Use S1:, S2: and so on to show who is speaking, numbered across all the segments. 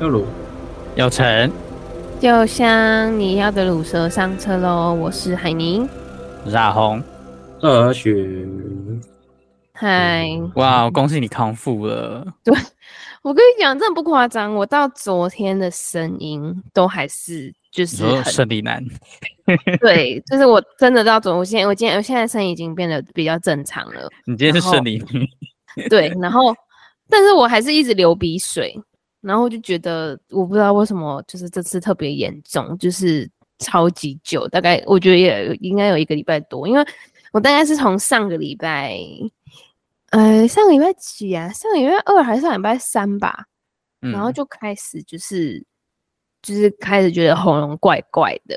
S1: 要卤，
S2: 有成，
S3: 就像你要的乳蛇上车喽，我是海宁。
S2: 染红，
S1: 二巡，
S3: 嗨，嗯
S2: 哇，恭喜你康复了。
S3: 我跟你讲，真的不夸张，我到昨天的声音都还是就
S2: 你
S3: 是
S2: 说
S3: 很
S2: 胜哦利男，
S3: 对，就是我真的到昨，我现在我今天我现在声音已经变得比较正常了，
S2: 你今天是
S3: 然后
S2: 胜利女，
S3: 对，然后但是我还是一直流鼻水，然后我就觉得我不知道为什么，就是这次特别严重，就是超级久，大概我觉得也应该有一个礼拜多，因为我大概是从上个礼拜，呃，上个礼拜几啊？上个礼拜二还是上礼拜三吧？
S2: 嗯
S3: 然后就开始就是就是开始觉得喉咙怪怪的，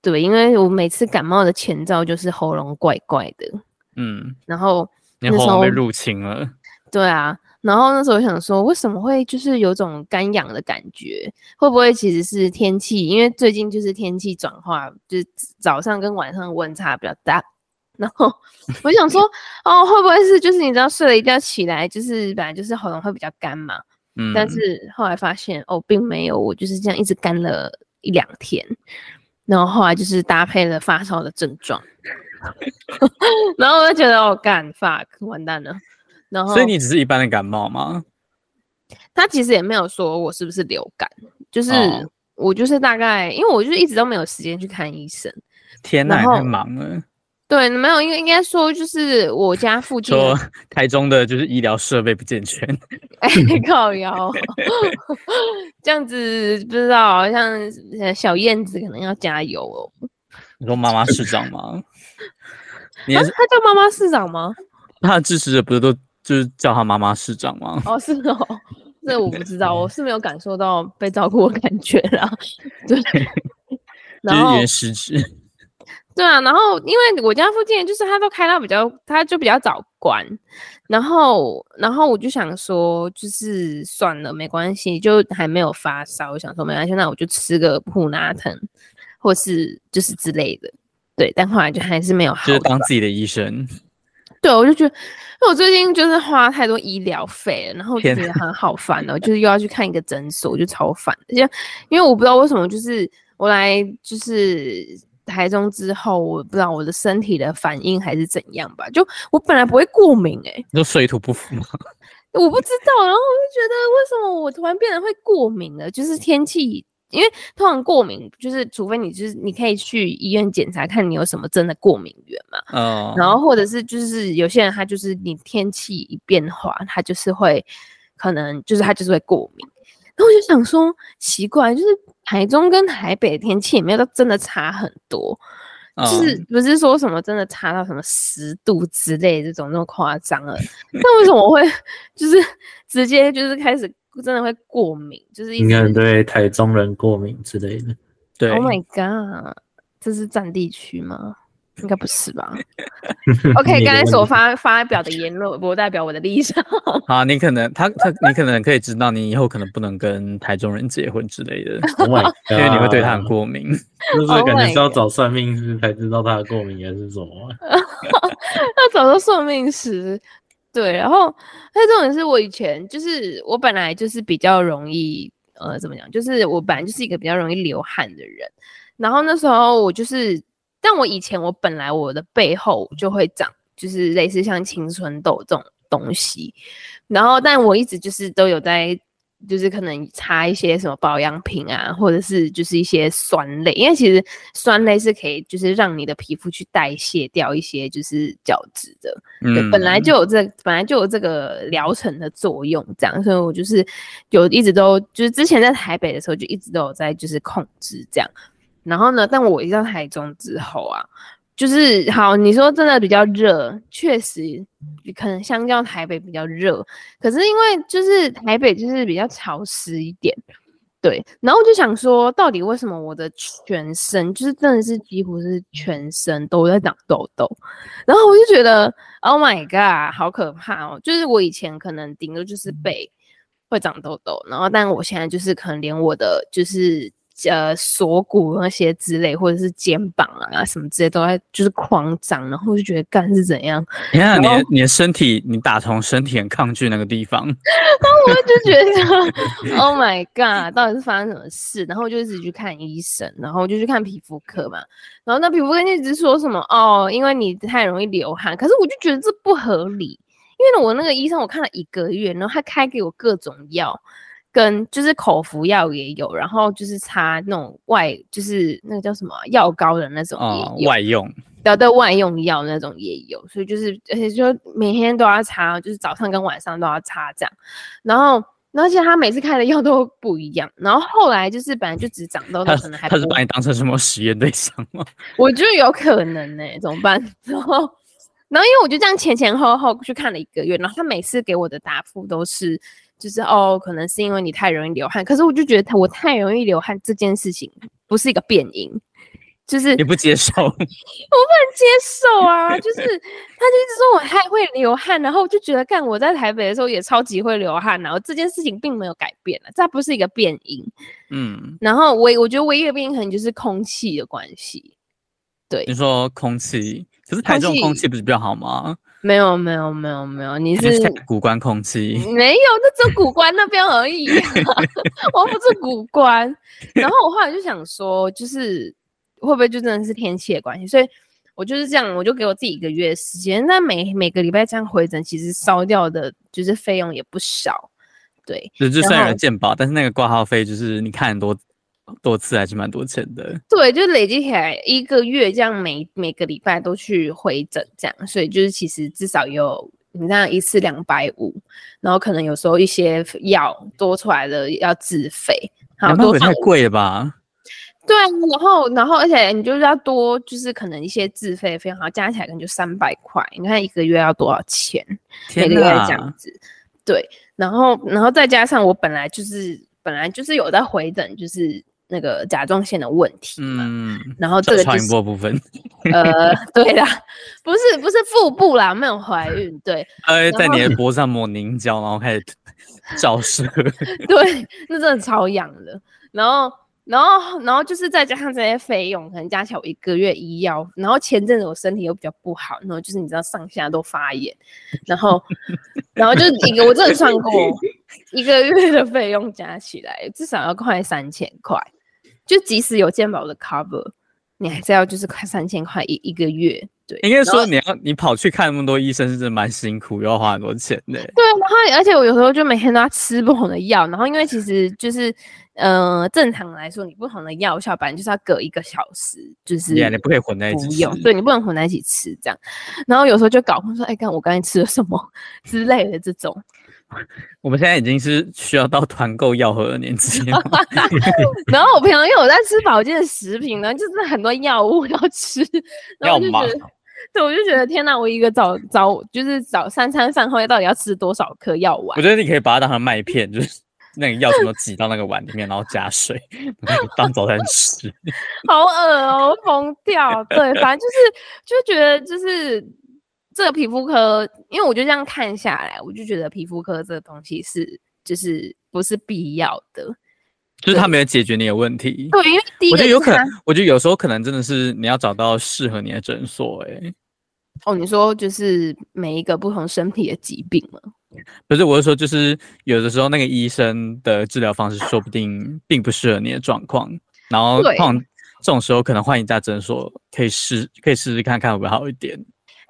S3: 对，因为我每次感冒的前兆就是喉咙怪怪的，
S2: 嗯，
S3: 然后
S2: 你
S3: 那时
S2: 喉咙被
S3: 候
S2: 入侵了，
S3: 对啊，然后那时候我想说，为什么会就是有种干痒的感觉？会不会其实是天气？因为最近就是天气转化，就是早上跟晚上温差比较大。然 后我想说，哦，会不会是就是你知道睡了一觉起来，就是本来就是喉咙会比较干嘛，
S2: 嗯，
S3: 但是后来发现哦，并没有，我就是这样一直干了一两天，然后后来就是搭配了发烧的症状， 然后我就觉得哦，干 fuck 完蛋了。然后
S2: 所以你只是一般的感冒吗？
S3: 他其实也没有说我是不是流感，就是、
S2: 哦
S3: 我就是大概，因为我就是一直都没有时间去看医生。
S2: 天呐，
S3: 然
S2: 你太
S3: 后
S2: 忙了。
S3: 对，没有，应该应该说就是我家附近的
S2: 说 台中的就是医疗设备不健全，
S3: 哎，靠腰， 这样子不知道，像呃小燕子可能要加油哦。
S2: 你说妈妈市长 吗？你
S3: 啊，
S2: 也是
S3: 他叫妈妈市长吗？
S2: 他的支持者不是都就是叫他妈妈市长吗？
S3: 哦，是哦，这我不 知道，我是没有感受到被照顾的感觉啦。 对，
S2: 就
S3: 然
S2: 是
S3: 后
S2: 原失职，
S3: 对啊，然后因为我家附近就是他都开到比较，他就比较早关，然后然后我就想说，就是算了，没关系，就还没有发烧，我想说没关系，那我就吃个普拿疼，或是就是之类的。对，但后来就还是没有好
S2: 就
S3: 转。
S2: 是当自己的医生。
S3: 对，我就觉得，因为我最近就是花太多医疗费了，然后我就
S2: 天
S3: 觉得很好烦哦，就是又要去看一个诊所，我就超烦的。因为因为我不知道为什么，就是我来就是台中之后，我不知道我的身体的反应还是怎样吧，就我本来不会过敏诶、
S2: 你说水土不服吗？
S3: 我不知道，然后我就觉得为什么我突然变得会过敏了？就是天气，因为通常过敏就是除非你就是你可以去医院检查看你有什么真的过敏源嘛。
S1: 哦
S2: 嗯，
S3: 然后或者是就是有些人他就是你天气一变化，他就是会可能就是他就是会过敏。然后我就想说，奇怪，就是台中跟台北的天气也没有到真的差很多，就是
S2: 嗯
S3: 不是说什么真的差到什么十度之类这种那么夸张了？ 那为什么我会 就是直接就是开始真的会过敏，就是一
S1: 应该
S3: 直
S1: 对台中人过敏之类 的。
S2: 对
S3: Oh my god，这是占地区吗？应该不是 吧？OK，
S1: 你的
S3: 刚才
S1: 问
S3: 所
S1: 题
S3: 发发表的言论不代表我的立场。
S2: 好，啊你可能他他你可能可以知道，你以后可能不能跟台中人结婚之类 的，
S1: ，Oh my，
S2: 因为你会对他很
S1: 过。
S3: 啊
S2: 过敏。
S1: 就是感
S3: Oh
S1: 觉是
S3: my
S1: 要找算命师才知道他的过敏源是什么啊。
S3: 要找到算命师，对，然后那这种是我以前就是我本来就是比较容易呃怎么讲，就是我本来就是一个比较容易流汗的人，然后那时候我就是，但我以前我本来我的背后就会长就是类似像青春痘这种东西，然后但我一直就是都有在。就是可能擦一些什么保养品啊，或者是就是一些酸类，因为其实酸类是可以就是让你的皮肤去代谢掉一些就是角质的， 对，
S2: 嗯，
S3: 本来就有这，本来就有这个疗程的作用，这样，所以我就是有一直都，就是之前在台北的时候就一直都有在就是控制这样，然后呢，但我一到台中之后啊，就是好，你说真的比较热，确实可能相较台北比较热，可是因为就是台北就是比较潮湿一点。对，然后我就想说，到底为什么我的全身就是真的是几乎是全身都在长痘痘，然后我就觉得，Oh my god，好可怕哦！就是我以前可能顶多就是背会长痘痘，然后但我现在就是可能连我的就是呃锁骨那些之类，或者是肩膀啊什么之类都在就是狂长，然后我就觉得干是怎样，
S2: 你看你
S3: 然
S2: 的
S3: 后
S2: 你的身体，你打从身体很抗拒那个地方，
S3: 我就觉得 ，Oh my god，到底是发生什么事？然后我就一直去看医生，然后我就去看皮肤科嘛。然后那皮肤科就一直说什么哦，因为你太容易流汗，可是我就觉得这不合理，因为我那个医生我看了一个月，然后他开给我各种药，跟就是口服药也有，然后就是擦那种外就是那个叫什么啊药膏的那种
S2: 啊、
S3: 也有，
S2: 外用，
S3: 然后对外用药那种也有，所以就是而且就每天都要擦，就是早上跟晚上都要擦这样。然后，然后而且他每次开的药都不一样。然后后来就是本来就只长痘痘
S2: 他，
S3: 可能还
S2: 他是
S3: 不
S2: 把你当成什么实验对象吗？
S3: 我觉得有可能呢、怎么办？ 然后，然后因为我就这样前前后后去看了一个月，然后他每次给我的答复都是，就是哦，可能是因为你太容易流汗。可是我就觉得他我太容易流汗这件事情不是一个变因，就是
S2: 你不接受，
S3: 接受啊，就是他就一直说我太会流汗，然后我就觉得干我在台北的时候也超级会流汗，然后这件事情并没有改变啊，这不是一个变因。
S2: 嗯，
S3: 然后唯我觉得唯一的变因可能就是空气的关系，对
S2: 你，说空气，可是台中
S3: 空
S2: 空
S3: 气
S2: 气不是比较好吗？
S3: 没有没有没有没有，你
S2: 就是下古关空气，
S3: 没有，那只有古关那边而已、啊， 我又不是古关。然后我后来就想说，就是会不会就真的是天气的关系？所以我就是这样，我就给我自己一个月的时间。那每每个礼拜这样回诊，其实烧掉的就是费用也不少。对
S2: 就就
S3: 然
S2: 虽然有
S3: 后
S2: 健保，但是那个挂号费就是你看很多多次还是蛮多钱的。
S3: 对，就累积起来一个月，这样每每个礼拜都去回诊，这样，所以就是其实至少有。你那一次两百五，然后可能有时候一些药多出来的要自费，好
S2: 两百
S3: 多
S2: 五也
S3: 放
S2: 太贵了吧？
S3: 对啊，然后然后而且你就是要多，就是可能一些自费费用，好加起来可能就三百块。你看一个月要多少钱？
S2: 天
S3: 每个月这样
S2: 哪！
S3: 子，对，然后然后再加上我本来就是本来就是有在回诊，就是那个甲状腺的问题嘛。
S2: 嗯，
S3: 然后这
S2: 这
S3: 个就
S2: 传
S3: 是
S2: 播部 分，
S3: 呃， 对啦，不是不是腹部啦，没有怀孕，对，
S2: 它会呃在
S3: 然后
S2: 你的脖子上抹凝胶，然后 开始照射。
S3: 对，那真的超痒的。然后，然后，然后就是再加上这些费用，可能加起来我一个月医药。然后前阵子我身体又比较不好，然后就是你知道上下都发炎，然后，然后就一个我真的算过，一个月的费用加起来至少要快三千块，就即使有健保的 cover，你还是要就是快三千块一一个月。对，
S2: 应该说你要你跑去看那么多医生，是真的蛮辛苦，又要花很多钱的。
S3: 对，然后而且我有时候就每天都要吃不同的药，然后因为其实就是，呃，正常来说，你不同的药效本来就是要隔一个小时，就是
S2: 你你不可以混在一起
S3: 服
S2: 吃。
S3: 用，对你不能混在一起吃这样。然后有时候就搞混说，哎，看我刚才吃了什么之类的这种，
S2: 我们现在已经是需要到团购药盒的年纪了，
S3: 然后我平常因为我在吃保健食品呢，就是很多药物要吃， 然
S2: 要
S3: 后我就
S2: 忙
S3: 觉得，对，我就觉得天哪，我一个早早就是早三餐饭后到底要吃多少颗药丸
S2: 我？觉得你可以把它当成麦片，就是那个药全都挤到那个碗里面，然后加水，然后当早餐吃。
S3: 好恶哦，疯掉。对，反正就是就觉得就是这个皮肤科，因为我就这样看下来，我就觉得皮肤科这个东西是就是不是必要的。
S2: 就是他没有解决你的问题。
S3: 对，因为第一
S2: 我觉
S3: 个
S2: 得有
S3: 是
S2: 可能
S3: 它，
S2: 我觉得有时候可能真的是你要找到适合你的诊所、欸。
S3: 哦，你说就是每一个不同身体的疾病嘛，
S2: 不是，我是说，就是有的时候那个医生的治疗方式说不定并不适合你的状况，然后
S3: 对
S2: 通常这种时候可能换一家诊所可以试，可以试试看看会不会好一点。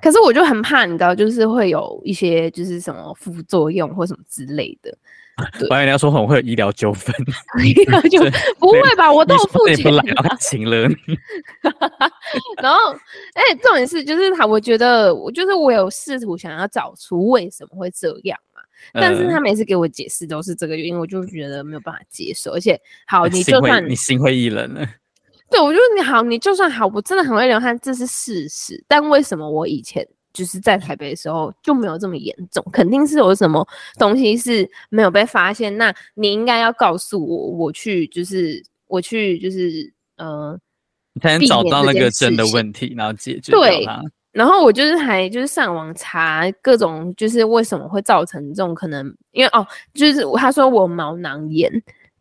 S3: 可是我就很怕，你知道，就是会有一些就是什么副作用或什么之类的， 对
S2: 我还以为你要说很会有医疗纠 纷，
S3: 就不会吧？我都
S2: 医
S3: 有
S2: 生
S3: 付
S2: 嗯对你
S3: 钱
S2: 不来，
S3: 的
S2: 然后他请了你，
S3: 然后，哎、重点是就是他，我觉得我就是我有试图想要找出为什么会这样嘛，但是
S2: 呃
S3: 他每次给我解释都是这个原因，我就觉得没有办法接受。而且，好，你
S2: 心
S3: 就
S2: 灰
S3: 算
S2: 你心灰意冷了，
S3: 对我觉得你好，你就算好，我真的很会流汗，这是事实。但为什么我以前就是在台北的时候就没有这么严重？肯定是有什么东西是没有被发现。那你应该要告诉我，我去就是我去就是嗯。呃
S2: 你才能
S3: 避
S2: 找
S3: 免
S2: 到
S3: 这
S2: 那
S3: 件
S2: 个真
S3: 事
S2: 的
S3: 情
S2: 问题，然后解决掉
S3: 对
S2: 它。
S3: 然后我就是还就是上网查各种，就是为什么会造成这种可能，因为哦，就是他说我有毛囊炎，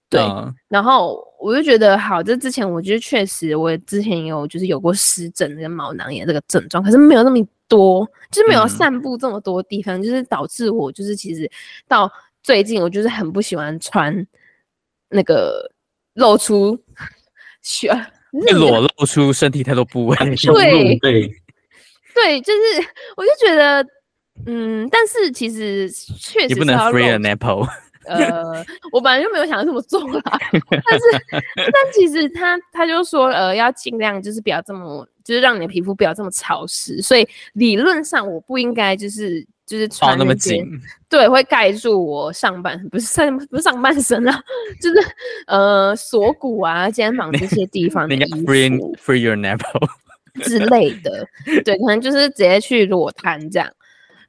S3: 对，
S2: 嗯
S3: 然后我就觉得好，这之前我觉得确实我之前也有就是有过湿疹跟毛囊炎这个症状，可是没有那么多，就是没有
S2: 嗯
S3: 散布这么多地方，就是导致我就是其实到最近我就是很不喜欢穿那个露出 血，
S2: 会裸露出身体太多部 位。
S3: 对
S1: 哎对，，
S3: 对，就是我就觉得。嗯，但是其实确实
S2: 你不
S3: 是
S2: 能
S3: 要
S2: free
S3: 露
S2: an apple，
S3: 呃，我本来就没有想要这么做啦，但是但其实他他就说，呃，要尽量就是不要这么，就是让你的皮肤不要这么潮湿，所以理论上我不应该就是就是
S2: 包
S3: 穿
S2: 哦那么
S3: 些
S2: 紧，
S3: 对，会盖住我上半不是上不是上半身啦， 就是呃锁骨啊、肩膀这些地方
S2: 你
S3: 的
S2: 应
S3: 衣
S2: 该 free
S3: 服
S2: an- free your apple。
S3: 之类的，对，可能就是直接去裸摊这样。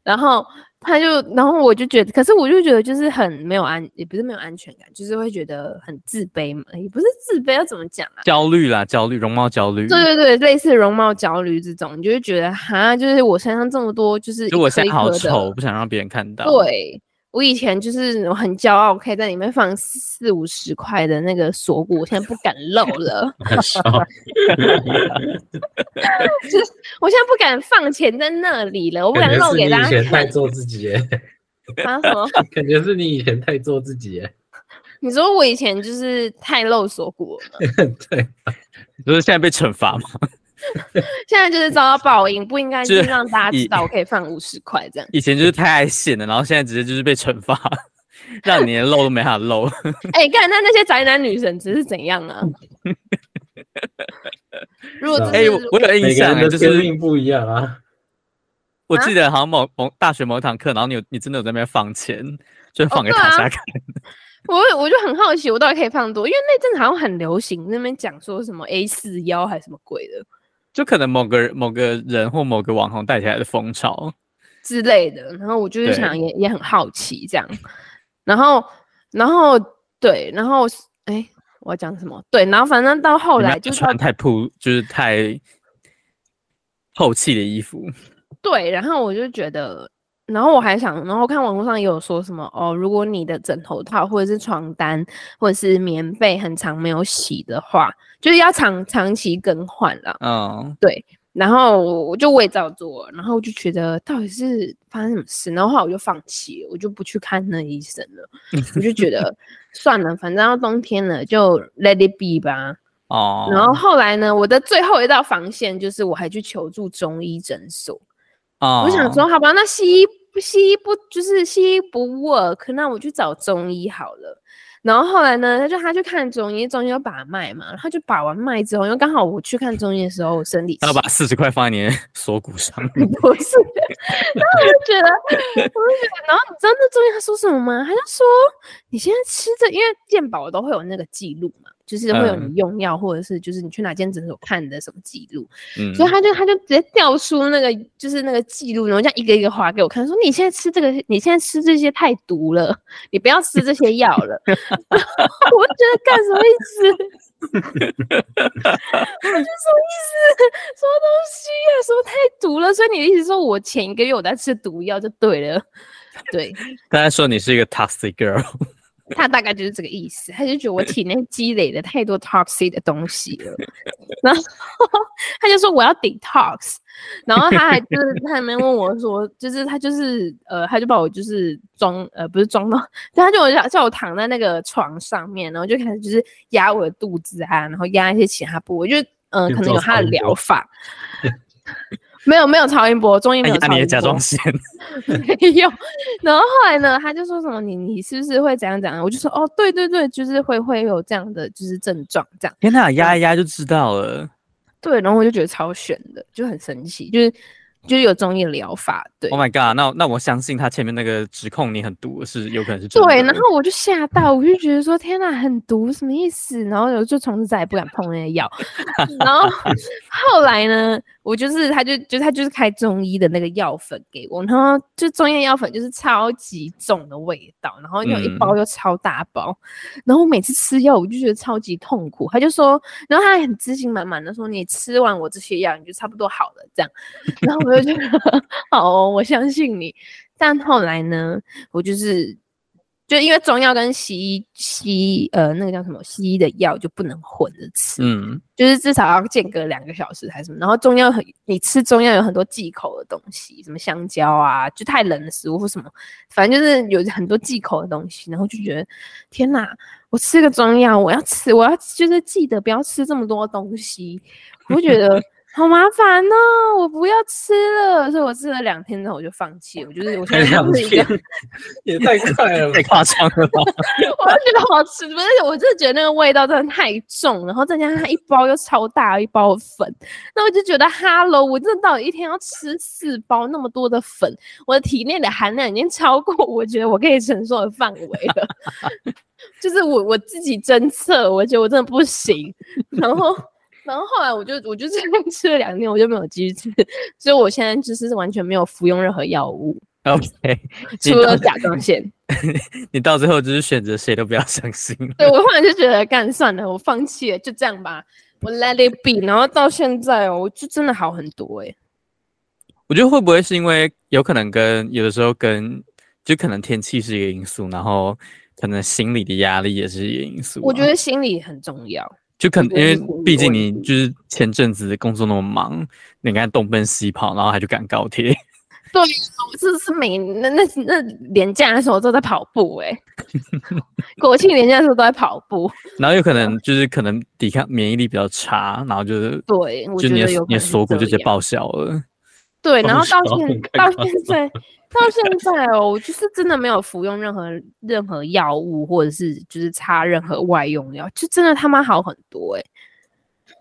S3: 然后他就，然后我就觉得，可是我就觉得就是很没有安，也不是没有安全感，就是会觉得很自卑嘛，也不是自卑，要怎么讲 啊？
S2: 焦虑啦，焦虑，容貌焦虑。
S3: 对对对，类似容貌焦虑这种，你就会觉得哈，就是我身上这么多，就是一
S2: 就我
S3: 颗
S2: 现
S3: 一
S2: 在好
S3: 颗的
S2: 丑，不想让别人看到。，
S3: 对我以前就是我很骄傲，可以在里面放四五十块的那个锁骨，我现在不敢露了
S1: 很少。
S3: 我现在不敢放钱在那里了，我不
S1: 感
S3: 敢
S1: 觉
S3: 露
S1: 是你
S3: 给大
S1: 以
S3: 家
S1: 前太做自己耶，
S3: 看什么。
S1: 感觉是你以前太做自己 耶。
S3: 你说我以前就是太露锁骨了吗，
S1: 对，
S2: 就是现在被惩罚嘛。
S3: 现在就是遭到报应，不应该就是是让大家
S2: 以
S3: 知道我可以放五十块这样。
S2: 以前就是太爱现了，然后现在直接就是被惩罚， 让你连露都没法 露。
S3: 哎、看那那些宅男女神只是怎 样啊？如果
S1: 是
S3: 这
S1: 啊
S2: 哎、
S3: 是、
S2: 我我有印
S1: 每个
S2: 象、
S1: 人
S2: 欸，
S1: 的
S2: 就
S1: 天
S2: 是
S1: 命不一样啊。
S2: 我
S3: 啊
S2: 记得好像某某大学某一堂课，然后你有你真的有在那边放钱，就是放给
S3: 对啊
S2: 大家看。
S3: 我我就很好奇，我到底可以放多？因为那阵子好像很流行那边讲说什么 A 四腰还是什么鬼的
S2: 就可能某个人某个人或某个网红带起来的风潮，
S3: 之类的，然后我就是
S2: 对
S3: 想也也很好奇这样，然后然后对，然后哎、我要讲什么？对，然后反正到后
S2: 你们
S3: 来
S2: 要
S3: 就到
S2: 穿太铺，就是太透气的衣服。
S3: 对，然后我就觉得，然后我还想，然后看网络上也有说什么哦，如果你的枕头套或者是床单或者是棉被很长没有洗的话，就是要长长期更换啦。
S2: 嗯，
S3: 然后我就我也照做了，然后我就觉得到底是发生什么事，然后后来我就放弃了，我就不去看那医生了，我就觉得算了，反正要冬天了，就 let it be 吧。
S2: 哦，
S3: 然后后来呢，我的最后一道防线就是我还去求助中医诊所，
S2: 哦
S3: 我想，说，好吧，那西医不西医不就是西医不 work，那我去找中医好了。然后后来呢，他就他去看中医，中医要把脉嘛，然后就把完脉之后，因为刚好我去看中医的时候，我生理期
S2: 要把四十块放在你的 锁骨上。
S3: 不是， 然后我就觉得，我就觉得，然后你知道那中医他说什么吗？他就说你现在吃这，因为健保都会有那个记录嘛，就是会有
S2: 嗯
S3: 你用药或者是就是你去哪间诊所看的什么记录，
S2: 嗯，
S3: 所以他就他就直接调出那个就是那个记录，然后这样一个一个划给我看，说你现在吃这个，你现在吃这些太毒了，你不要吃这些药了。 然后我就觉得干什么意思？ 我就什么意思？什么东西啊？什么太毒了？所以你的意思说我前一个月我在吃毒药就对了，对。
S2: 大家说你是一个 toxic girl，
S3: 他大概就是这个意思，他就觉得我体内积累了太多 toxic 的东西了，然后他就说我要 detox，然后他还就是他还没问我说，就是他就是呃，他就把我就是装呃不是装到，对他就叫叫我躺在那个床上面，然后就开始就是压我的肚子啊，然后压一些其他部位，就嗯、呃、
S1: 就
S3: 可能
S1: 做
S3: 有他的
S1: 超音波
S3: 疗法， 没有没有超音波，中医没
S2: 哎
S3: 有
S2: 呀，
S3: 超
S2: 你
S3: 音
S2: 的
S3: 波，
S2: 甲状腺，
S3: 没 有。然后后来呢，他就说什么你你是不是会怎样怎样？我就说哦，对对对，就是会会有这样的就是症状这样。
S2: 天哪，压一压就知道了。
S3: 对，然后我就觉得超悬的，就很神奇，就是就是有中医的疗法，对。
S2: Oh my god，那那我相信他前面那个指控你很毒是有可能是真的。
S3: 对，然后我就吓到，我就觉得说天哪，很毒，什么意思？然后我就从此再也不敢碰那些 药。然后后来呢，我就是他就就他就是开中医的那个药粉给我，然后就中医的药粉就是超级重的味道，然后有一包
S2: 嗯
S3: 又超大包，然后我每次吃药我就觉得超级痛苦。他就说，然后他还很自信满满的说，你吃完我这些药你就差不多好了这样。然后我就觉得好、哦，我相信你。但后来呢，我就是就因为中药跟西医西呃那个叫什么西医的药就不能混着吃，
S2: 嗯，
S3: 就是至少要间隔两个小时还是什么。然后中药很，你吃中药有很多忌口的东西，什么香蕉啊，就太冷的食物或什么，反正就是有很多忌口的东西。然后就觉得天哪，我吃个中药，我要吃，我要就是记得不要吃这么多东西，我就觉 得。好麻烦哦，我不要吃了，所以我吃了两天之后我就放弃了。我就是我现
S1: 才
S3: 在
S1: 两
S3: 就是一个
S1: 天，也太快了吧
S2: 太！夸张了吧？
S3: 我就觉得好吃，不是，我真的觉得那个味道真的太重，然后再加上它一包又超大一包粉， 那我就觉得哈喽，我真的到底一天要吃四包那么多的粉，我的体内的含量已经超过我觉得我可以承受的范围了， 就是我我自己侦测，我觉得我真的不行，然后。 然后后来我就我就这样吃了两天，我就没有继续吃，所以我现在就是完全没有服用任何药物，
S2: OK，你
S3: 除了
S2: 到
S3: 甲状腺。
S2: 你到最后就是选择谁都不要相 信了。
S3: 对我后来就觉得干算了，我放弃了，就这样吧，我 let it be。然后到现在哦，我就真的好很多哎、
S2: 我觉得会不会是因为有可能跟有的时候跟就可能天气是一个因素，然后可能心理的压力也是一个因素啊、
S3: 我觉得心理很重要。
S2: 就可
S3: 我
S2: 能
S3: 觉
S2: 因
S3: 得
S2: 为
S3: 是心理
S2: 毕
S3: 的
S2: 竟
S3: 问
S2: 你
S3: 题
S2: 就是前阵子工作那么忙，你看东奔西跑，然后还去赶高铁，
S3: 对，啊我这是每那那那年假的时候都在跑步哎、 国庆年假的时候都在跑步。
S2: 然后有可能就是可能抵抗免疫力比较差，然后就是
S3: 对我
S2: 就
S3: 觉
S2: 你
S3: 得
S2: 的
S3: 有
S2: 你的
S3: 可能是
S2: 锁骨
S3: 这
S2: 就直接
S3: 样
S2: 报销了。
S3: 对，然
S1: 放
S3: 后到
S1: 手
S3: 现
S1: 看
S3: 到
S1: 看
S3: 现在到现在哦，我就是真的没有服用任何任何药物，或者是就是擦任何外用药，就真的他妈好很多哎、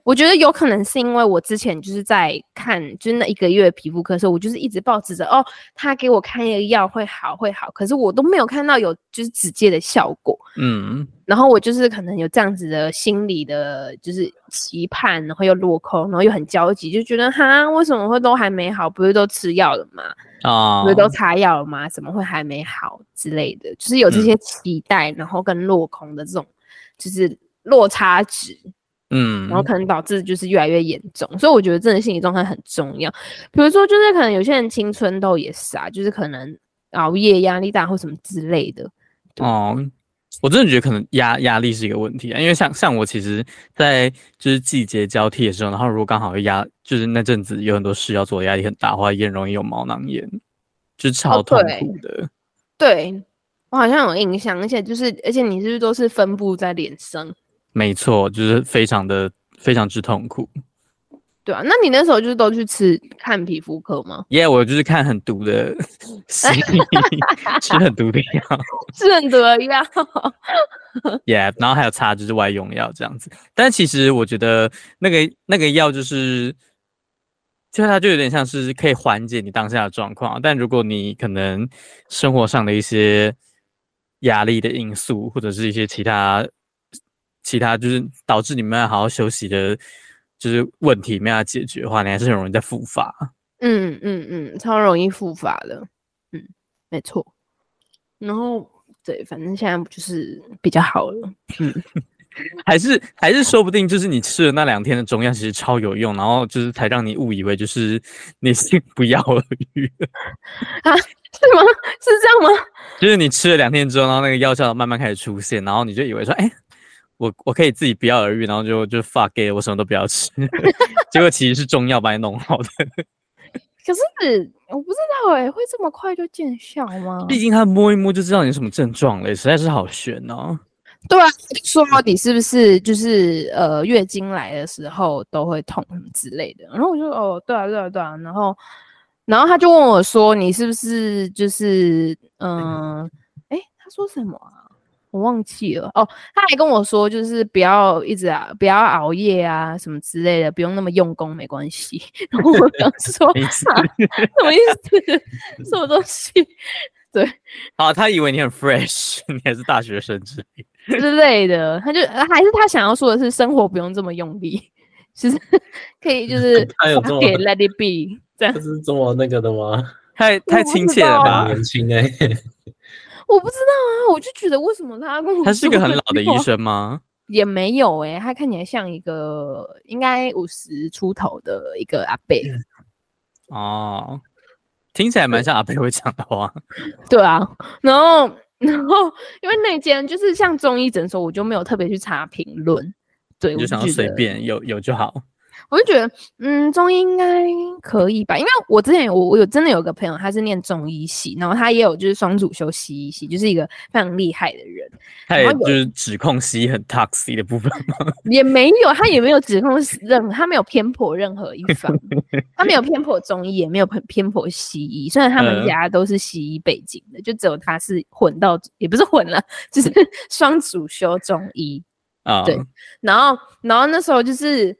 S3: 我觉得有可能是因为我之前就是在看，就是那一个月皮肤科的时候，我就是一直抱持着哦，他给我开一个药会好会好，可是我都没有看到有就是直接的效果。
S2: 嗯，
S3: 然后我就是可能有这样子的心理的，就是期盼，然后又落空，然后又很焦急，就觉得哈，为什么会都还没好？不是都吃药了吗？
S2: 啊
S3: 不，是都擦药了吗？怎么会还没好之类的？就是有这
S2: 嗯
S3: 些期待，然后跟落空的这种，就是落差值。
S2: 嗯，
S3: 然后可能导致就是越来越严重，所以我觉得真的心理状态很重要。比如说，就是可能有些人青春痘也是啊，就是可能熬夜、压力大或什么之类的。
S2: 哦，我真的觉得可能压压力是一个问题啊，因为像像我其实，在就是季节交替的时候，然后如果刚好又压，就是那阵子有很多事要做，压力很大的话，也很容易有毛囊炎，就是超痛
S3: 哦对
S2: 苦的。
S3: 对，我好像有印象，而且就是，而且你是不是都是分布在脸上？
S2: 没错，就是非常的非常之痛苦。
S3: 对啊，那你那时候就是都去吃看皮肤科吗？
S2: 耶、我就是看很毒的 戏，吃很毒的药。
S3: 是很得啊 药，
S2: Yeah，然后还有擦就是外用药这样子。但其实我觉得那个那个药就是，就是它就有点像是可以缓解你当下的状况，啊但如果你可能生活上的一些压力的因素，或者是一些其他其他就是导致你没有好好休息的，就是问题没有解决的话，你还是很容易再复发。
S3: 嗯嗯嗯，超容易复发的，嗯，没错。然后对，反正现在就是比较好了。
S2: 还是还是说不定就是你吃了那两天的中药，其实超有用，然后就是才让你误以为就是你是不药而愈。
S3: 是吗？ 是这样吗？
S2: 就是你吃了两天之后，然后那个药效慢慢开始出现，然后你就以为说，哎、我我可以自己不药而愈，然后就就 fuck it，我什么都不要吃， 结果其实是中药把你弄好的。
S3: 可是我不知道哎、会这么快就见效吗？
S2: 毕竟他摸一摸就知道你什么症状了，实在是好悬哦。
S3: 对啊，说到底是不是就是呃月经来的时候都会痛什么之类的？然后我就哦，对啊，对啊，对啊。然后，然后他就问我说：“你是不是就是嗯？”诶，他说什么啊？我忘记了哦。他还跟我说，就是不要一直啊，不要熬夜啊，什么之类的，不用那么用功，没关系。 然后我想说
S2: 没事，
S3: 啊什么意思？ 什么东西？
S2: 好，他以为你很 fresh，你 还是大学生之类的。
S3: 之类的，他就呃还是他想要说的是生活不用这么用力，其实可以
S2: 嗯
S3: 就是
S1: 他有这
S3: 给
S1: 么
S3: let it be 这样
S1: 这。是这么那个的吗？
S2: 太
S3: 我
S2: 太
S3: 不
S2: 亲
S3: 知
S2: 切了
S3: 道
S1: 很
S2: 吧？
S1: 年轻哎、
S3: 我不知道啊，我就觉得为什么他跟我
S2: 他是一
S3: 说
S2: 个很
S3: 这
S2: 老的
S3: 句
S2: 医
S3: 话
S2: 生吗？
S3: 也没有哎、他看起来像一个应该五十出头的一个阿伯。
S2: 嗯哦，听起来蛮像阿贝会讲的话。
S3: 对啊，然后然后因为那间就是像中医诊所，我就没有特别去查评论，对，
S2: 你
S3: 我
S2: 就想要
S3: 觉
S2: 随
S3: 得
S2: 便有有就好。
S3: 我就觉得，嗯，中医应该可以吧？因为我之前有我有真的有个朋友，他是念中医系，然后他也有就是双主修西医系，就是一个非常厉害的人，
S2: 他
S3: 然
S2: 也
S3: 后
S2: 就是指控西很 toxic 的部分嘛，
S3: 也没有他也没有指控任他没有偏颇任何一方，他没有偏颇中医，也没有偏偏颇西医，虽然他们
S2: 嗯
S3: 家都是西医背景的，就只有他是混到也不是混了，就是双主修中医，
S2: 啊，
S3: 对然后，然后那时候就是，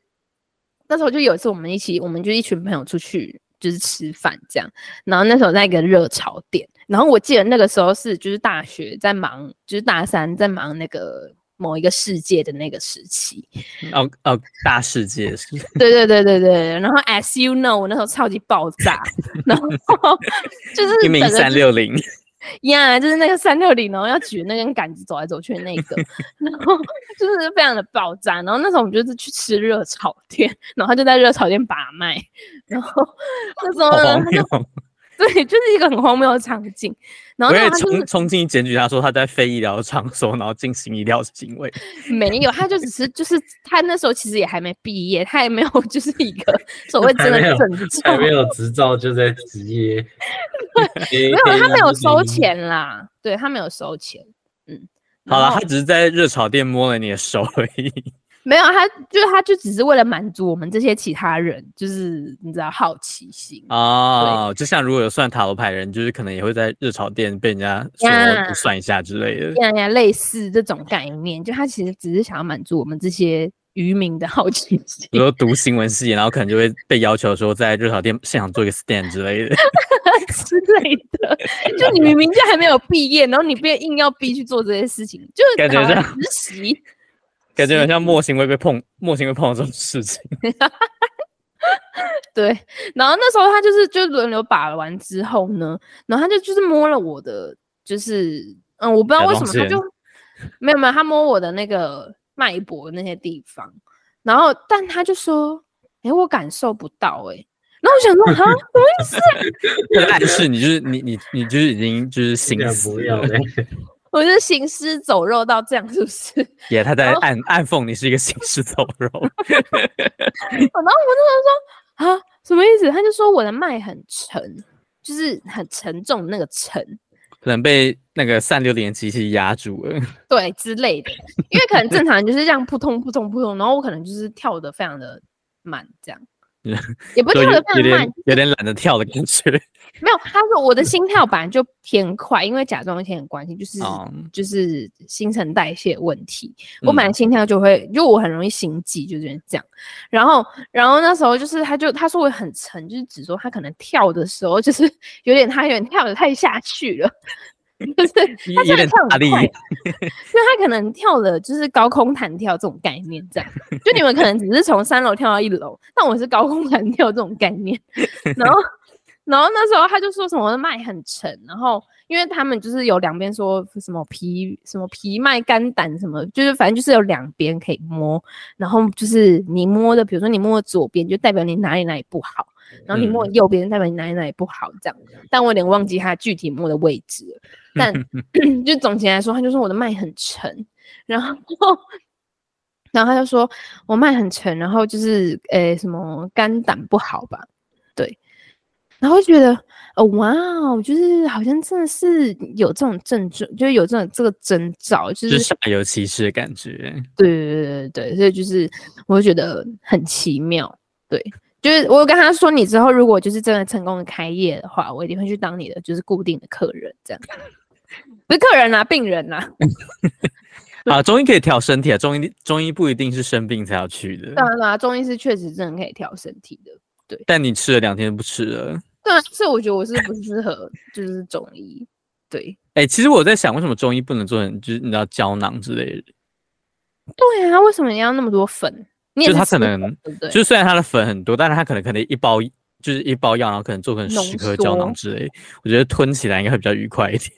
S3: 那时候就有一次我们一起，我们就一群朋友出去就是吃饭这样，然后那时候在一个热潮店，然后我记得那个时候是就是大学在忙，就是大三在忙那个某一个世界的那个时期，
S2: 哦哦，大世界是
S3: 对对对对对，然后 as you know，我那时候超级爆炸，然后 就是
S2: 一名
S3: 整个
S2: 三六零，
S3: 呀就是那个三六零，然后要举那根杆子走来走去的那个，然后就是非常的爆炸。然后那时候我们就是去吃热炒店，然后他就在热炒店把脉，然后那时候
S2: 好
S3: 呢
S2: 荒，谬哦！
S3: 对，就是一个很荒谬的场景。然
S2: 我
S3: 后那
S2: 也
S3: 时候他
S2: 冲
S3: 就
S2: 冲进去检举他说他在非医疗场所，然后进行医疗行为，
S3: 是没有，他就只是就是他那时候其实也还没毕业，他也没有就是一个所谓真的
S1: 还没有
S3: 症
S1: 还
S3: 状，
S1: 没有执照就在职业，没
S3: 没有，他没有收。钱啦，对他没有收钱，嗯。
S2: 好
S3: 然
S2: 了，
S3: 后
S2: 他只是在热炒店摸了你的手而 已。
S3: 没有，啊他就是他就只是为了满足我们这些其他人，就是你知道好奇心。
S2: 哦，就像如果有算塔罗牌的人，就是可能也会在热炒店被人家说
S3: 呀
S2: 你算一下之类的。
S3: 呀呀，类似这种概念，就他其实只是想要满足我们这些渔民的好奇心
S2: 比如说读新闻系，然后可能就会被要求说在热炒店现场做一个 stand 之类的。呃
S3: 之类的。就你明明就还没有毕业，然后你便硬要逼去做这些事情，就是
S2: 感觉
S3: 好像
S2: 像
S3: 实习。
S2: 感觉很像莫行会被碰，莫行会碰到这种事情。
S3: 对，然后那时候他就是就轮流把完之后呢，然后他就就是摸了我的，就是嗯，我不知道
S2: 甲
S3: 为什
S2: 状
S3: 么
S2: 腺
S3: 他就 没有没有他摸我的那个脉搏那些地方，然后但他就说，哎、我感受不到哎、诶然后我想说，哈， 什么意思？
S2: 他在暗示你，就是你你你就是已经就是心
S1: 尽量
S2: 死
S1: 不要
S2: 了，
S1: 嘞，
S3: 我就是行尸走肉到这样，是不是？
S2: 也他在
S3: 哦
S2: 暗暗讽你是一个行尸走肉。
S3: 然后我那时候说啊，什么意思？他就说我的脉很沉，就是很沉重的那个沉，
S2: 可能被那个三六零的机器压住了。
S3: 对之类的，因为可能正常人就是这样扑通扑通扑通，然后我可能就是跳的非常的慢，这样也不
S2: 就是
S3: 跳
S2: 有
S3: 的非
S2: 有
S3: 常慢
S2: 点，有点懒得跳的感觉。
S3: 没有，他说我的心跳本来就偏快，因为甲状腺的关系，就是、
S2: 哦
S3: 就是新陈代谢问题，我本来
S2: 嗯
S3: 心跳就会，就我很容易心悸，就是这样。然后，然后那时候就是他就他说我很沉，就是指说他可能跳的时候就是 有点他有点跳的太下去了， 就是他
S2: 有
S3: 虽然
S2: 点
S3: 跳很
S2: 大
S3: 快，
S2: 力
S3: 因为他可能跳的就是高空弹跳这种概念，这样。就你们可能只是从三楼跳到一楼，但我是高空弹跳这种概念。然后，然后那时候他就说什么脉很沉，然后因为他们就是有两边说什么脾什么脾脉、肝胆什么，就是反正就是有两边可以摸，然后就是你摸的，比如说你摸的左边，就代表你哪里哪里不好。然后你摸的右边，代表你哪里哪里不好，这样。但我有点忘记他具体摸的位置了，但就总结来说，他就说我的脉很沉，然后然后他就说我脉很沉，然后就是诶什么肝胆不好吧，对，然后就觉得哦哇哦，就是好像真的是有这种症状，就是有这种这个征兆，就
S2: 就是煞有其事的感觉。
S3: 对对对对，对，所以就是我就觉得很奇妙，对，就是我有跟他说，你之后如果就是真的成功的开业的话，我一定会去当你的就是固定的客人，这样， 不是客人啦、病人啊啦、
S2: 啊，中医可以调身体啊，中医中医不一定是生病才要去的。
S3: 当然啦、中医是确实真的可以调身体的，
S2: 但你吃了两天就不吃了。
S3: 对啊，所以我觉得我是不适合就是中医，对
S2: 哎、其实我在想，为什么中医不能做成就是你知道胶囊之类的？
S3: 对啊，为什么你要那么多粉？你也
S2: 就是它
S3: 吃
S2: 可
S3: 粉
S2: 能
S3: 对不对？
S2: 就是虽然它的粉很多，但是它可能可能一包就是一包药，然后可能做成
S3: 浓
S2: 十颗胶囊
S3: 缩
S2: 之类。我觉得吞起来应该会比较愉快一点。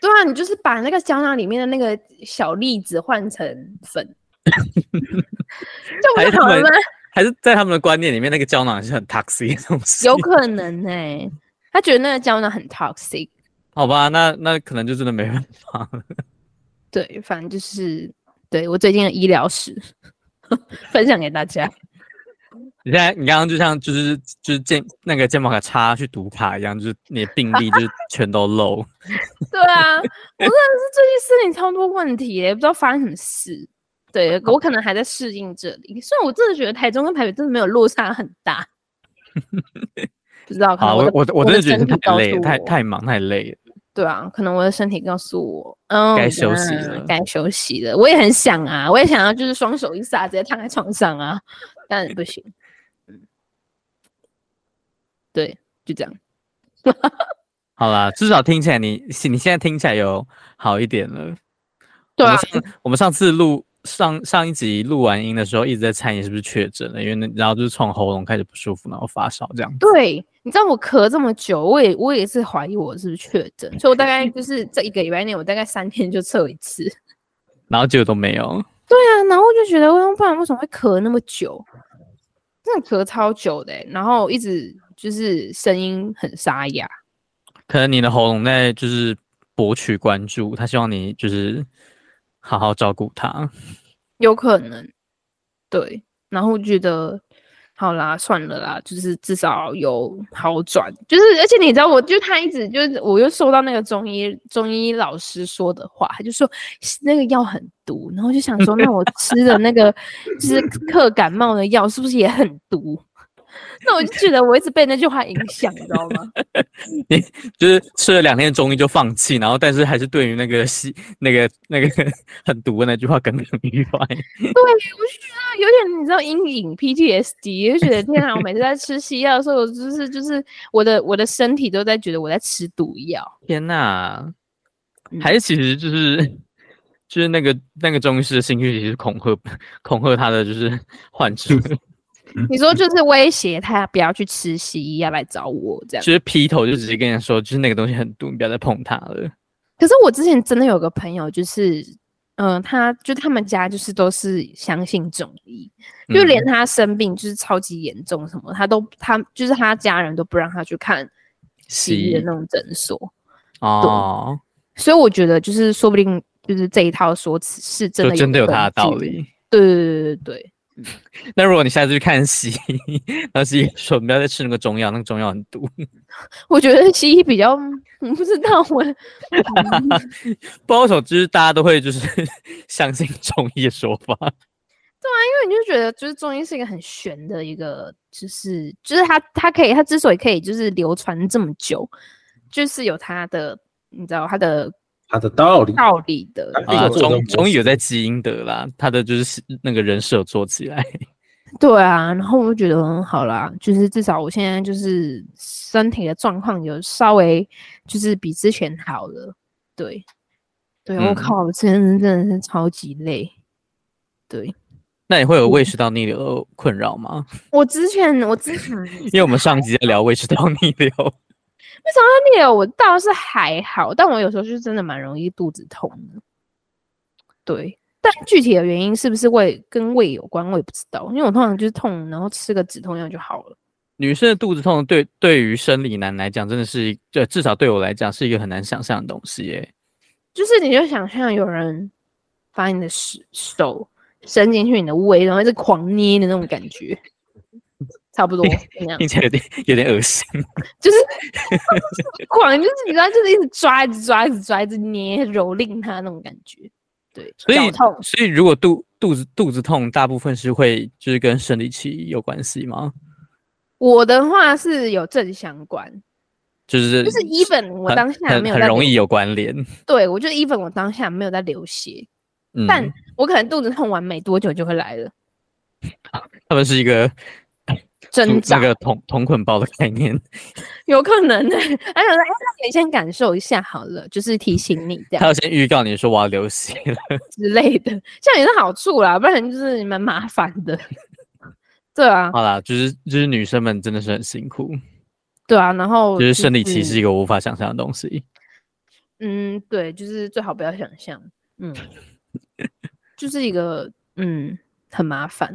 S3: 对啊，你就是把那个胶囊里面的那个小粒子换成 粉，这
S2: 还是
S3: 样不就
S2: 他
S3: 好了
S2: 们
S3: 吗？
S2: 还是在他们的观念里面，那个胶囊是很 toxic 的东西。
S3: 欸有可能哎、他觉得那个胶囊很 toxic，
S2: 好吧，那那可能就真的没办法了。
S3: 对，反正就是对我最近的医疗史 分享给大家。
S2: 你现在你刚刚就像就是就是健那个健保卡插去读卡一样，就是你的病历就是全都 漏。
S3: 对啊，我 真的是最近身体超多问题耶、不知道发生什么事。对我可能还在适应这里，虽然我真的觉得台中跟台北真的没有落差很 大，不知道。可
S2: 好，
S3: 能
S2: 我
S3: 的
S2: 我我
S3: 我
S2: 真
S3: 的
S2: 的觉
S3: 身
S2: 得
S3: 体告
S2: 太累
S3: 诉
S2: 了，太
S3: 我
S2: 太忙太累了。
S3: 对啊，可能我的身体告诉我，嗯，
S2: 该休息
S3: 嗯
S2: 了
S3: 该休息了。我也很想啊，我也想要就是双手一撒，直接躺在床上啊，但不行。嗯对，就这样。
S2: 好啦，至少听起来你你现在听起来有好一点了。
S3: 对
S2: 我
S3: 啊，
S2: 们上我们上次录上上一集录完音的时候一直在猜你是不是确诊了，因为那然后就是从喉咙开始不舒服，然后发烧这样。
S3: 对，你知道我咳这么久，我也我也是怀疑我是不是确诊，所以我大概就是这一个礼拜内，我大概三天就测一次。
S2: 然后结果都没有。
S3: 对啊，然后我就觉得，不然为什么会咳那么久？真的咳超久的欸、然后一直就是声音很沙哑。
S2: 可能你的喉咙在就是博取关注，他希望你就是好好照顾他。
S3: 有可能，对。然后觉得，好啦，算了啦，就是至少有好转。就是，而且你知道我，就他一直就是，我又收到那个中医中医老师说的话，他就说那个药很毒，然后就想说，那我吃的那个就是克感冒的药是不是也很毒？ 那我就觉得我一直被那句话影响，你知道吗？
S2: 就是吃了两天中医就放弃，然后但是还是对于那个西那个那个很毒的那句话耿耿于怀。
S3: 我就觉得有点，你知道阴影 PTSD，就觉得天啊，我每次在吃西药的时候，我就是就是我的我的身体都在觉得我在吃毒药。
S2: 天呐，
S3: 嗯
S2: 还是其实就是就是那个那个中医师的兴趣其实是恐吓恐吓他的就是患者，嗯
S3: 你说就是威胁他不要去吃西药来找我这样。
S2: 就是劈头就直接跟人说，就是那个东西很毒，你不要再碰它了。
S3: 可是我之前真的有个朋友，就是嗯、呃他就他们家就是都是相信中医，
S2: 嗯
S3: 就连他生病就是超级严重什么，他都他就是他家人都不让他去看西医的
S2: 西
S3: 那种诊所。
S2: 哦，
S3: 所以我觉得就是说不定就是这一套说辞是真
S2: 就
S3: 的
S2: 真的有它的
S3: 根
S2: 道
S3: 据。
S2: 理。
S3: 对对对对对，
S2: 那如果你下次去看 西医，然后西医说不要再吃那个中药，那个中药很毒，
S3: 我觉得西医比较， 我不知道我
S2: 不知道为什么就是大家都会就是 相信中医的说法。
S3: 因为你就觉得，就是中医是一个很玄的一个，就是就是它它可以，它之所以可以就是流传这么久，就是有它的，你知道它的
S1: 它的道理。
S3: 道理的。
S1: 它这
S3: 对
S2: 啊，
S1: 个做
S2: 中
S1: 得
S2: 中医有在基因的啦，他的就是那个人设有做起来。
S3: 对啊，然后我就觉得，嗯，好啦，就是至少我现在就是身体的状况有稍微就是比之前好了。对，对，我
S2: 嗯
S3: 靠，我之前真的是超级累。对
S2: 那你会有胃食道逆流的困扰吗？
S3: 我之前，我之前
S2: 因为我们上集在聊胃食道逆流，
S3: 那个我倒是还好，但我有时候就是真的蛮容易肚子痛的。对，但具体的原因是不是胃跟胃有关，我也不知道，因为我通常就是痛，然后吃个止痛药就好了。
S2: 女生的肚子痛对对于生理男来讲真的是一，对至少对我来讲是一个很难想象的东西耶。
S3: 就是你就想象有人把你的手手伸进去你的胃，然后一直狂捏的那种感觉，差不多那样，
S2: 听起来有点有点恶心。
S3: 就是狂，就是你知道，就是一直抓，一直抓，一直抓，一直捏，蹂躏它那种感觉。对，
S2: 所以
S3: 绞痛
S2: 所以如果肚肚子肚子痛，大部分是会就是跟生理期有关系吗？
S3: 我的话是有正相关，
S2: 就是
S3: 就是 even 我
S2: 很
S3: 当下
S2: 很
S3: 没有
S2: 很
S3: 在
S2: 容易
S3: 流，
S2: 有关联。
S3: 对我就 even 我当下没有在流血，
S2: 嗯，
S3: 但我可能肚子痛完没多久就会来了，
S2: 他们是一个
S3: 挣扎
S2: 嗯那。个同同捆包的概念，
S3: 有可能呢、 欸。还有，哎，那你先感受一下好了，就是提醒你这
S2: 他
S3: 样
S2: 要先预告你说我要流血了。
S3: 之类的，这样也是好处啦，不然就是蛮麻烦的。 对啊，
S2: 好啦，就是就是女生们真的是很辛苦，
S3: 对啊，然后
S2: 就是生理期是一
S3: 是，
S2: 个我无法想象的东西。
S3: 嗯，对，就是最好不要想象， 嗯，就是一个嗯很麻烦，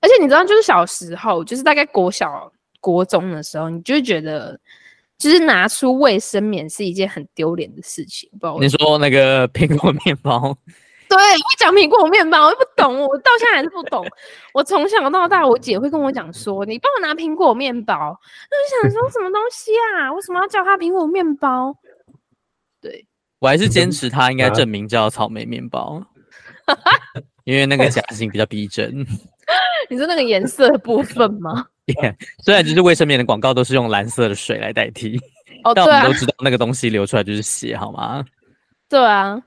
S3: 而且你知道，就是小时候，就是大概国小、国中的时候，你就会觉得就是拿出卫生棉是一件很丢脸的事情，不知道为
S2: 你
S3: 什么
S2: 说那个苹果面包，
S3: 对，会讲苹果面包，我不懂，我到现在还是不懂。 我从小到大，我姐会跟我讲说，你帮我拿苹果面包。那我就想说，什么东西啊？为什么要叫它苹果面包？ 对，
S2: 我还是坚持它应该
S1: 啊
S2: 证明叫草莓面包， 因为那个夹心比较逼真。
S3: 你说那个颜色的部分吗？
S2: Yeah，虽然就是卫生棉的广告都是用蓝色的水来代替，
S3: 哦，对
S2: 但我们
S3: 啊
S2: 都，知道那个东西流出来就是血，好吗？
S3: 对啊，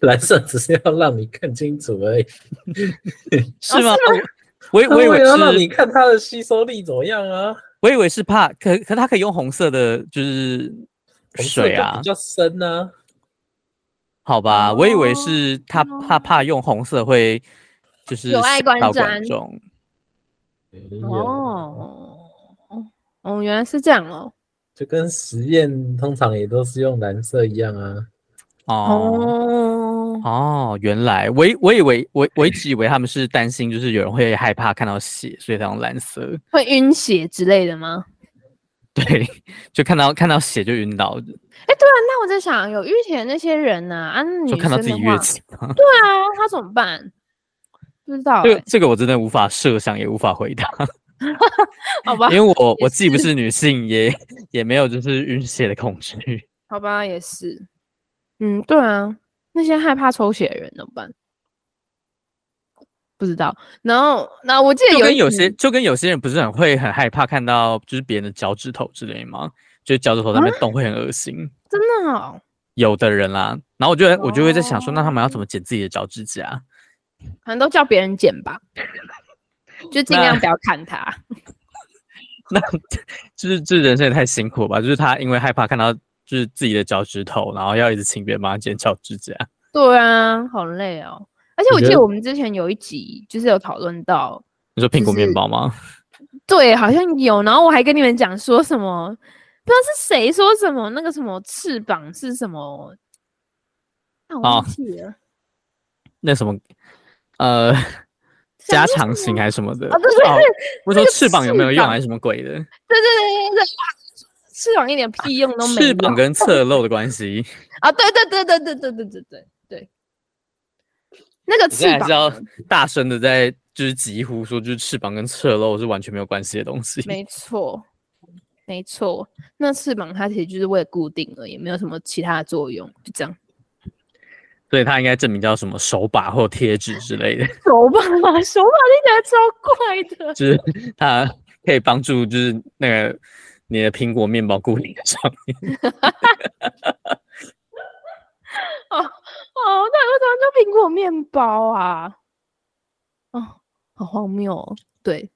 S1: 蓝色只是要让你看清楚 而已，
S3: 哦
S2: 是吗？哦我以
S1: 它
S2: 我以为
S1: 为了让你
S2: 是，
S1: 看它的吸收力怎么样啊？
S2: 我以为是怕，可可它可以用红色的，就是
S1: 红色
S2: 水
S1: 就
S2: 啊
S1: 比，较深啊。
S2: 好吧？我以为
S3: 哦
S2: 是他怕怕用红色会就是
S3: 有碍
S2: 吓
S3: 观
S2: 到
S3: 瞻
S2: 观众，
S1: 没有，
S3: 哦，哦，原来是这样哦，
S1: 就跟实验通常也都是用蓝色一样啊。
S2: 哦
S3: 哦，
S2: 哦，原来我以我以为我我一直以为他们是担心，就是有人会害怕看到血，所以才用蓝色。
S3: 会晕血之类的吗？
S2: 对，就看到看到血就晕倒，
S3: 哎，对啊，那我在想，有淤血的那些人呢？啊，那女
S2: 就看到
S3: 生
S2: 自己
S3: 的
S2: 月
S3: 话
S2: 经。
S3: 对啊，他怎么办？不知道、
S2: 这个
S3: 欸，
S2: 这个我真的无法设想，也无法回答，
S3: 好吧
S2: 因，为我我既不
S3: 哦是
S2: 是女性，也也没有就是晕血的恐惧。
S3: 好吧，也是。嗯，对啊，那些害怕抽血的人怎么办？不知道。然后，那我记得
S2: 就
S3: 有一
S2: 跟有些
S3: 集
S2: 就跟有些人不是很会很害怕看到就是别人的脚趾头之类吗？就是脚趾头在那边
S3: 啊
S2: 动会很恶心，
S3: 真的哦
S2: 有的人啦。然后我就会我就会在想说，那他们要怎
S3: 哦
S2: 么剪自己的脚趾甲？
S3: 可能都叫别人剪 吧，就尽
S2: 那
S3: 量不要看他。
S2: 那就是这人生也太辛苦了吧？就是他因为害怕看到就是自己的脚趾头，然后要一直请别人帮他剪脚趾甲。
S3: 对啊，好累哦。而且
S1: 我
S3: 我
S1: 觉
S3: 记得
S1: 得
S3: 我们之前有一集就是有讨论到，
S2: 你说苹果
S3: 就
S2: 面
S3: 是
S2: 包吗？
S3: 对，好像有。然后我还跟你们讲说什么，不知道是谁说什么那个什么翅膀是什么，啊，我忘
S2: 哦
S3: 记了。
S2: 那什么，呃，
S3: 什
S2: 加
S3: 么
S2: 长型还是什么的？
S3: 啊对
S2: 哦不是
S3: 那
S2: 说
S3: 个
S2: 翅膀有没有
S3: 翅
S2: 用
S3: 膀
S2: 还是什么鬼的？
S3: 对对对对对，翅膀一点屁用都没有。
S2: 翅膀跟侧漏的关系，
S3: 啊，对对对对对对对对对对，那个
S2: 你
S3: 翅
S2: 现在还
S3: 膀
S2: 是要大声的在就是疾呼说，就是翅膀跟侧漏是完全没有关系的东西。
S3: 没错，没错，那翅膀它其实就是为了固定而已，没有什么其他的作用，就这样。
S2: 所以它应该证明叫什么手把或贴纸之类 的，
S3: 手吧，手把听起来超怪的。
S2: 就是它可以帮助就是那个你的苹果面包固定上面。
S3: 哦，那为什么叫苹果面包啊？哦，好荒谬哦。对。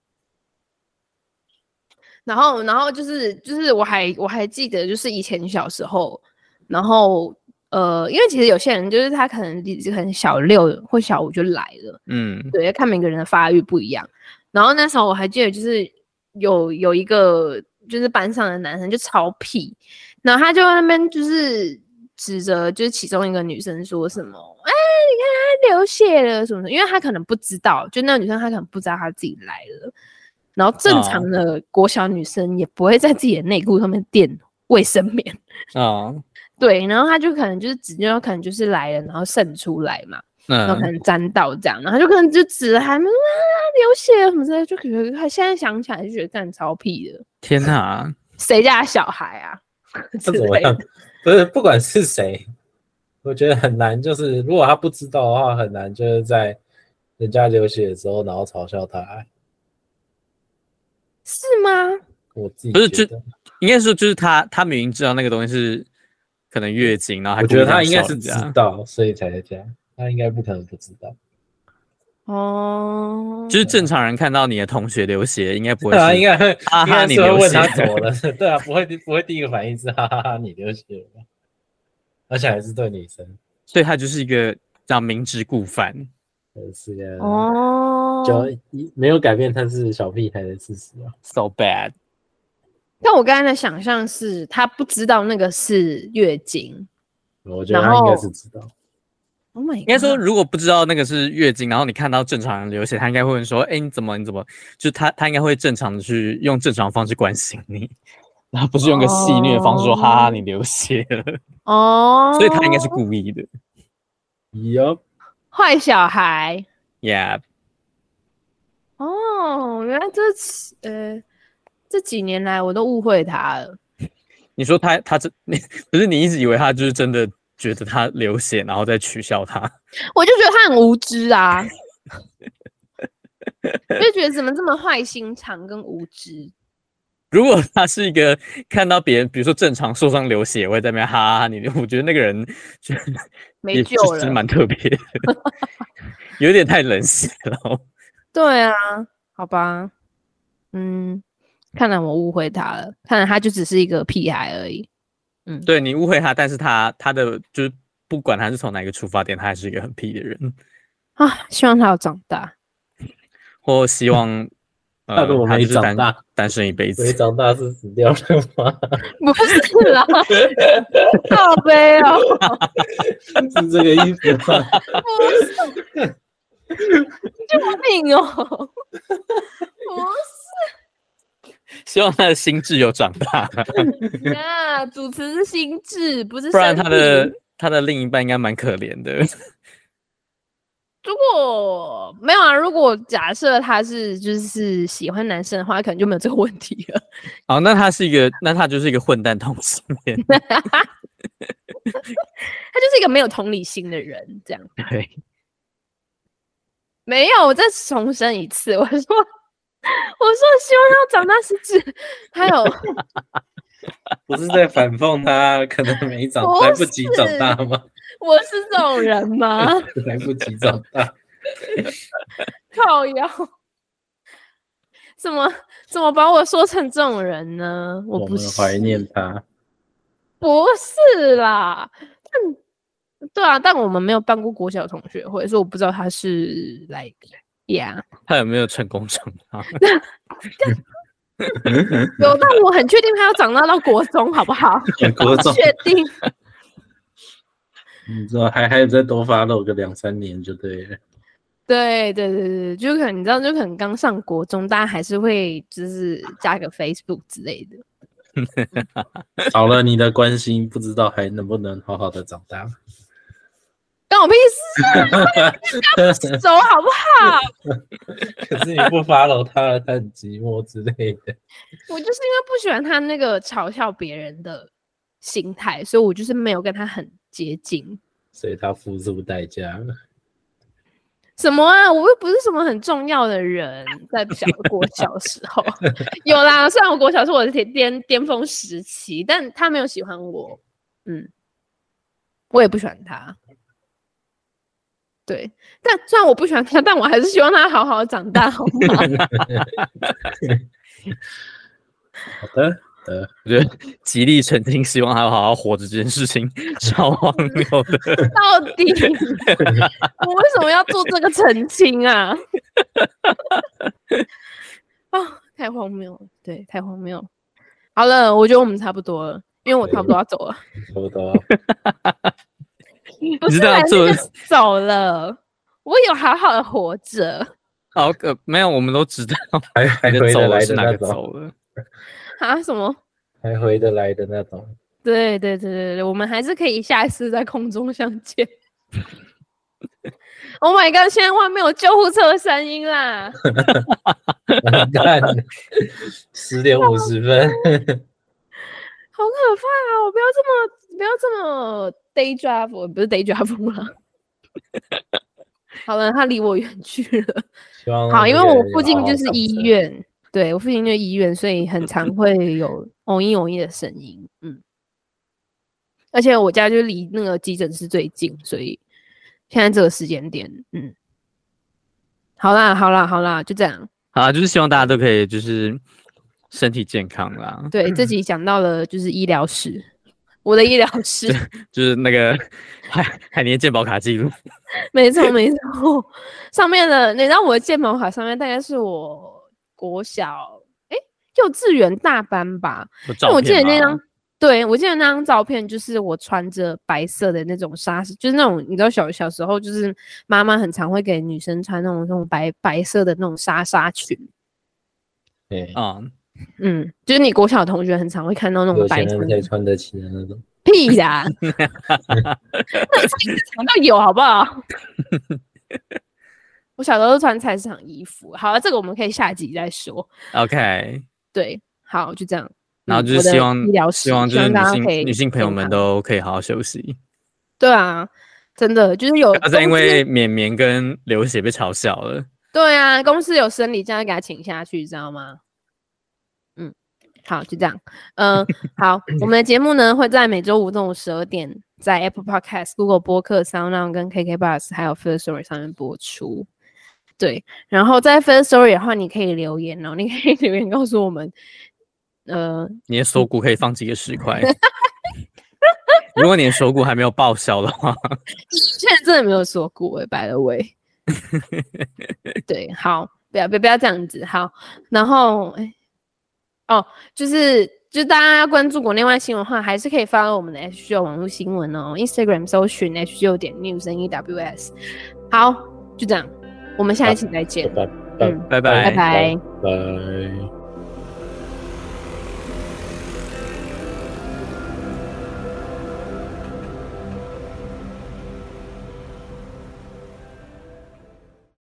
S3: 然后，然后就是就是，我还我还记得，就是以前小时候，然后呃，因为其实有些人就是他可能离可能小六或小五就来了，
S2: 嗯，
S3: 对，看每个人的发育不一样。然后那时候我还记得，就是有有一个就是班上的男生就超屁，然后他就在那边就是指着就是其中一个女生说什么，哎，你看他流血了什么什么，因为他可能不知道，就那个女生她可能不知道她自己来了。然后正
S2: 哦
S3: 常的国小女生也不会在自己的内裤上面垫卫生棉，
S2: 哦，
S3: 对，然后他就可能就是指，就可能就是来了，然后渗出来嘛。然后可
S2: 嗯，
S3: 能沾到这样，然后就可能就指着他们啊流血什么之类的，就觉得他现在想起来就觉得干超屁的，
S2: 天哪，
S3: 谁家的小孩啊？之
S1: 这怎么
S3: 类的
S1: 样？不是，不管是谁，我觉得很难。就是如果他不知道的话，很难就是在人家流血的时候，然后嘲笑他。哎
S3: 是吗？
S1: 我自己
S2: 不是
S1: 觉
S2: 就
S1: 得
S2: 应该说就是他他明明知道那个东西是可能月经，然后还
S1: 我
S2: 故
S1: 觉
S2: 意
S1: 得
S2: 这
S1: 他
S2: 样
S1: 应该
S2: 笑
S1: 是啊
S2: 人
S1: 知
S2: 家
S1: 道，所以才这样。他应该不可能不知道，
S3: 哦，
S2: 就是正常人看到你的同学流血，应该不会
S1: 对啊，
S2: 是
S1: 应该会，
S2: 哈
S1: 应该
S2: 哈你
S1: 是会
S2: 流
S1: 问
S2: 血
S1: 他怎 么了，对啊，不会不会第一个反应是哈哈哈你流血了，而且还是对女生，
S2: 所以他就是一个叫明知故犯。
S1: 是个就
S3: 哦。
S1: 一没有改变他是小屁孩的事实啊。
S2: So bad，
S3: 但我刚才的想象是他不知道那个是月经。
S1: 我觉得
S3: 然
S1: 他应该
S3: 后
S1: 是知道，
S3: Oh my，应
S2: 应该说，如果不知道那个是月经，然后你看到正常人流血，他应该会问说：“哎、你怎么？你怎么？”就是他，他应该会正常的去用正常方式关心你。然后不是用个戏谑的方式说，哈
S1: 哦
S2: 哈，你流血了，
S3: 哦，
S2: 所以他应该是故意的。
S1: 哟，
S3: 坏小孩
S2: Yeah，
S3: 哦，原来这次呃这几年来我都误会他了，
S2: 你说他他真你 不是你一直以为他就是真的觉得他流血，然后再取笑他。
S3: 我就觉得他很无知啊，就觉得怎么这么坏心肠跟无知。
S2: 如果他是一个看到别人，比如说正常受伤流血，我也在那边哈哈，你我觉得那个人就
S3: 没
S2: 也
S3: 救
S2: 是
S3: 了
S2: 是蛮特别的， 有点太冷血了哦。
S3: 对啊，好吧，嗯，看来我误会他了，看来他就只是一个屁孩而已。
S2: 对你误会他，但是他他的就是不管他是从哪一个出发点，他还是一个很屁的人，
S3: 啊，希望他要长大。
S2: 或 希望呃
S1: 那如果
S2: 他
S1: 没
S2: 就是
S1: 长
S2: 单
S1: 大
S2: 单身一辈子
S1: 所以。长大是死掉了 吗？
S3: 不是啦，好悲哦，
S1: 是这个意思吗？
S3: 不是，救命哦，不
S2: 希望他的心智有长大，
S3: 是啊，主持是心智，不是
S2: 不然
S3: 身
S2: 他的
S3: 体
S2: 他的另一半应该蛮可怜的。
S3: 如果没有啊，如果假设他是就是喜欢男生的话，可能就没有这个问题了。
S2: 哦，那他是一个，那他就是一个混蛋同性 恋。
S3: 他就是一个没有同理心的人，这样。
S2: 对，
S3: 没有，我再重申一次，我说，我说 希望他长大是指，还有
S1: 不是在反讽他可能没长
S3: 不
S1: 来不及
S3: 是
S1: 长大吗？
S3: 我是这种人吗？
S1: 来不及长大，
S3: 靠腰，怎么怎么把我说成这种人呢？我不
S1: 们
S3: 是
S1: 怀念他。
S3: 不是啦，但对啊，但我们没有办过国小同学会，所以我不知道他是 like yeah，
S2: 他有没有成功长大？
S3: 有，但我很确定他要长大到国中，好不好？
S1: 国中，
S3: 确定。
S1: 你知道还还有再多发露个两三年就对了。
S3: 对对对对，就可能你知道，就可能刚上国中，大家还是会就是加个 Facebook 之类的。
S1: 少了你的关心，不知道还能不能好好的长大。
S3: 关我屁事，走好 不好？
S1: 可是你不 follow 他了，他很寂寞之类的。
S3: 我就是因为不喜欢他那个嘲笑别人的心态，所以我就是没有跟他很接近。
S1: 所以他付出代价了。
S3: 什么啊？我又不是什么很重要的人，在小国小时候有啦。虽然我国小是我的巅巅巅峰时期，但他没有喜欢我，嗯，我也不喜欢他。对，但虽然我不喜欢他，但我还是希望他好好长大，好吗？
S1: 好的，
S2: 我觉得极力澄清，希望他好好活着这件事情 超荒谬的。
S3: 到底我为什么要做这个澄清啊？ 啊、太荒谬了，对，太荒谬了。好了，我觉得我们差不多了，因为我差不多要走了，
S1: 差不多。
S3: 不
S2: 知
S3: 是
S2: 道
S3: 啦
S2: 做
S3: 那个走了，我有好好的活着
S2: 好，呃，没有，我们都知道
S1: 还还
S2: 哪个
S1: 回
S2: 走
S1: 得
S2: 了
S1: 来
S2: 是
S1: 的
S2: 哪
S1: 那
S2: 个
S1: 种，
S2: 走了。
S3: 啊？什么？
S1: 还回得来的那种。
S3: 对对对对对，我们还是可以下一次在空中相见。Oh my god！现在外面有救护车的声音啦！
S1: 完蛋了，十点五十分。
S3: 好可怕哦！不要这么，不要这么 day drive，不是 day drive 啦。 好了，他离我远去了。
S1: 希望
S3: 好，因为
S1: 那个
S3: 我
S1: 人
S3: 附
S1: 有
S3: 近
S1: 好好
S3: 就是
S1: 上
S3: 医
S1: 车。
S3: 院，对我附近就是医院，所以很常会有哦嗡一嗡一的声音。嗯，而且我家就离那个急诊室最近，所以现在这个时间点，嗯，好啦，好啦，好啦，就这样。
S2: 好啊，就是希望大家都可以就是身体健康啦，
S3: 对，这集讲到了就是医疗史，我的医疗史。
S2: 就是那个 海海年健保卡记录。
S3: 没错没错，上面的你知道我的健保卡上面大概是我国小哎、幼稚园大班吧，
S2: 有照
S3: 但我记得
S2: 片
S3: 那
S2: 吗
S3: 张，对我记得那张照片就是我穿着白色的那种纱，就是那种你知道小小时候就是妈妈很常会给女生穿那种那种白白色的那种纱纱裙，
S1: 对，
S2: 嗯，
S3: 嗯，就是你国小的同学很常会看到那种
S1: 有
S3: 白
S1: 钱
S3: 色
S1: 人才穿得起的那种。
S3: 屁啦， 那菜市场都有好不好？ 我小时候都穿菜市场衣服。好啊了，这个我们可以下集再说。
S2: OK，
S3: 对，好，就这样。
S2: 然后
S3: 嗯
S2: 就是
S3: 我的
S2: 希望
S3: 医疗史
S2: 希望就是女
S3: 大家
S2: 性
S3: 可以
S2: 女性朋友
S3: 健
S2: 们
S3: 康
S2: 都可以好好休息，
S3: 对啊，真的就是有
S2: 不要再因
S3: 公司
S2: 为绵绵跟流血被嘲笑了。
S3: 对啊，公司有生理假给他请下去，知道吗？嗯，好，就这样。嗯、 好，我们的节目呢会在每周五中午十二点在 Apple Podcast、Google 播客、Sound 跟 KK Bus 还有 First Story 上面播出。对，然后在 First Story 的话，你可以留言哦，你可以留言告诉我们，呃，
S2: 你的锁骨可以放几个十 块。如果你的锁骨还没有报销的话，
S3: 现在真的没有说过哎、白了喂。对，好，不要不要不要这样子，好，然后哎、哦，就是就是大家要关注国内外新闻的话，还是可以发我们的 H 九网络新闻哦，Instagram 搜寻 H 九点 news n e w s。好，就这样，我们下一期再见，
S1: 拜拜
S3: 嗯，
S2: 拜
S1: 拜
S3: 拜拜。
S1: 拜。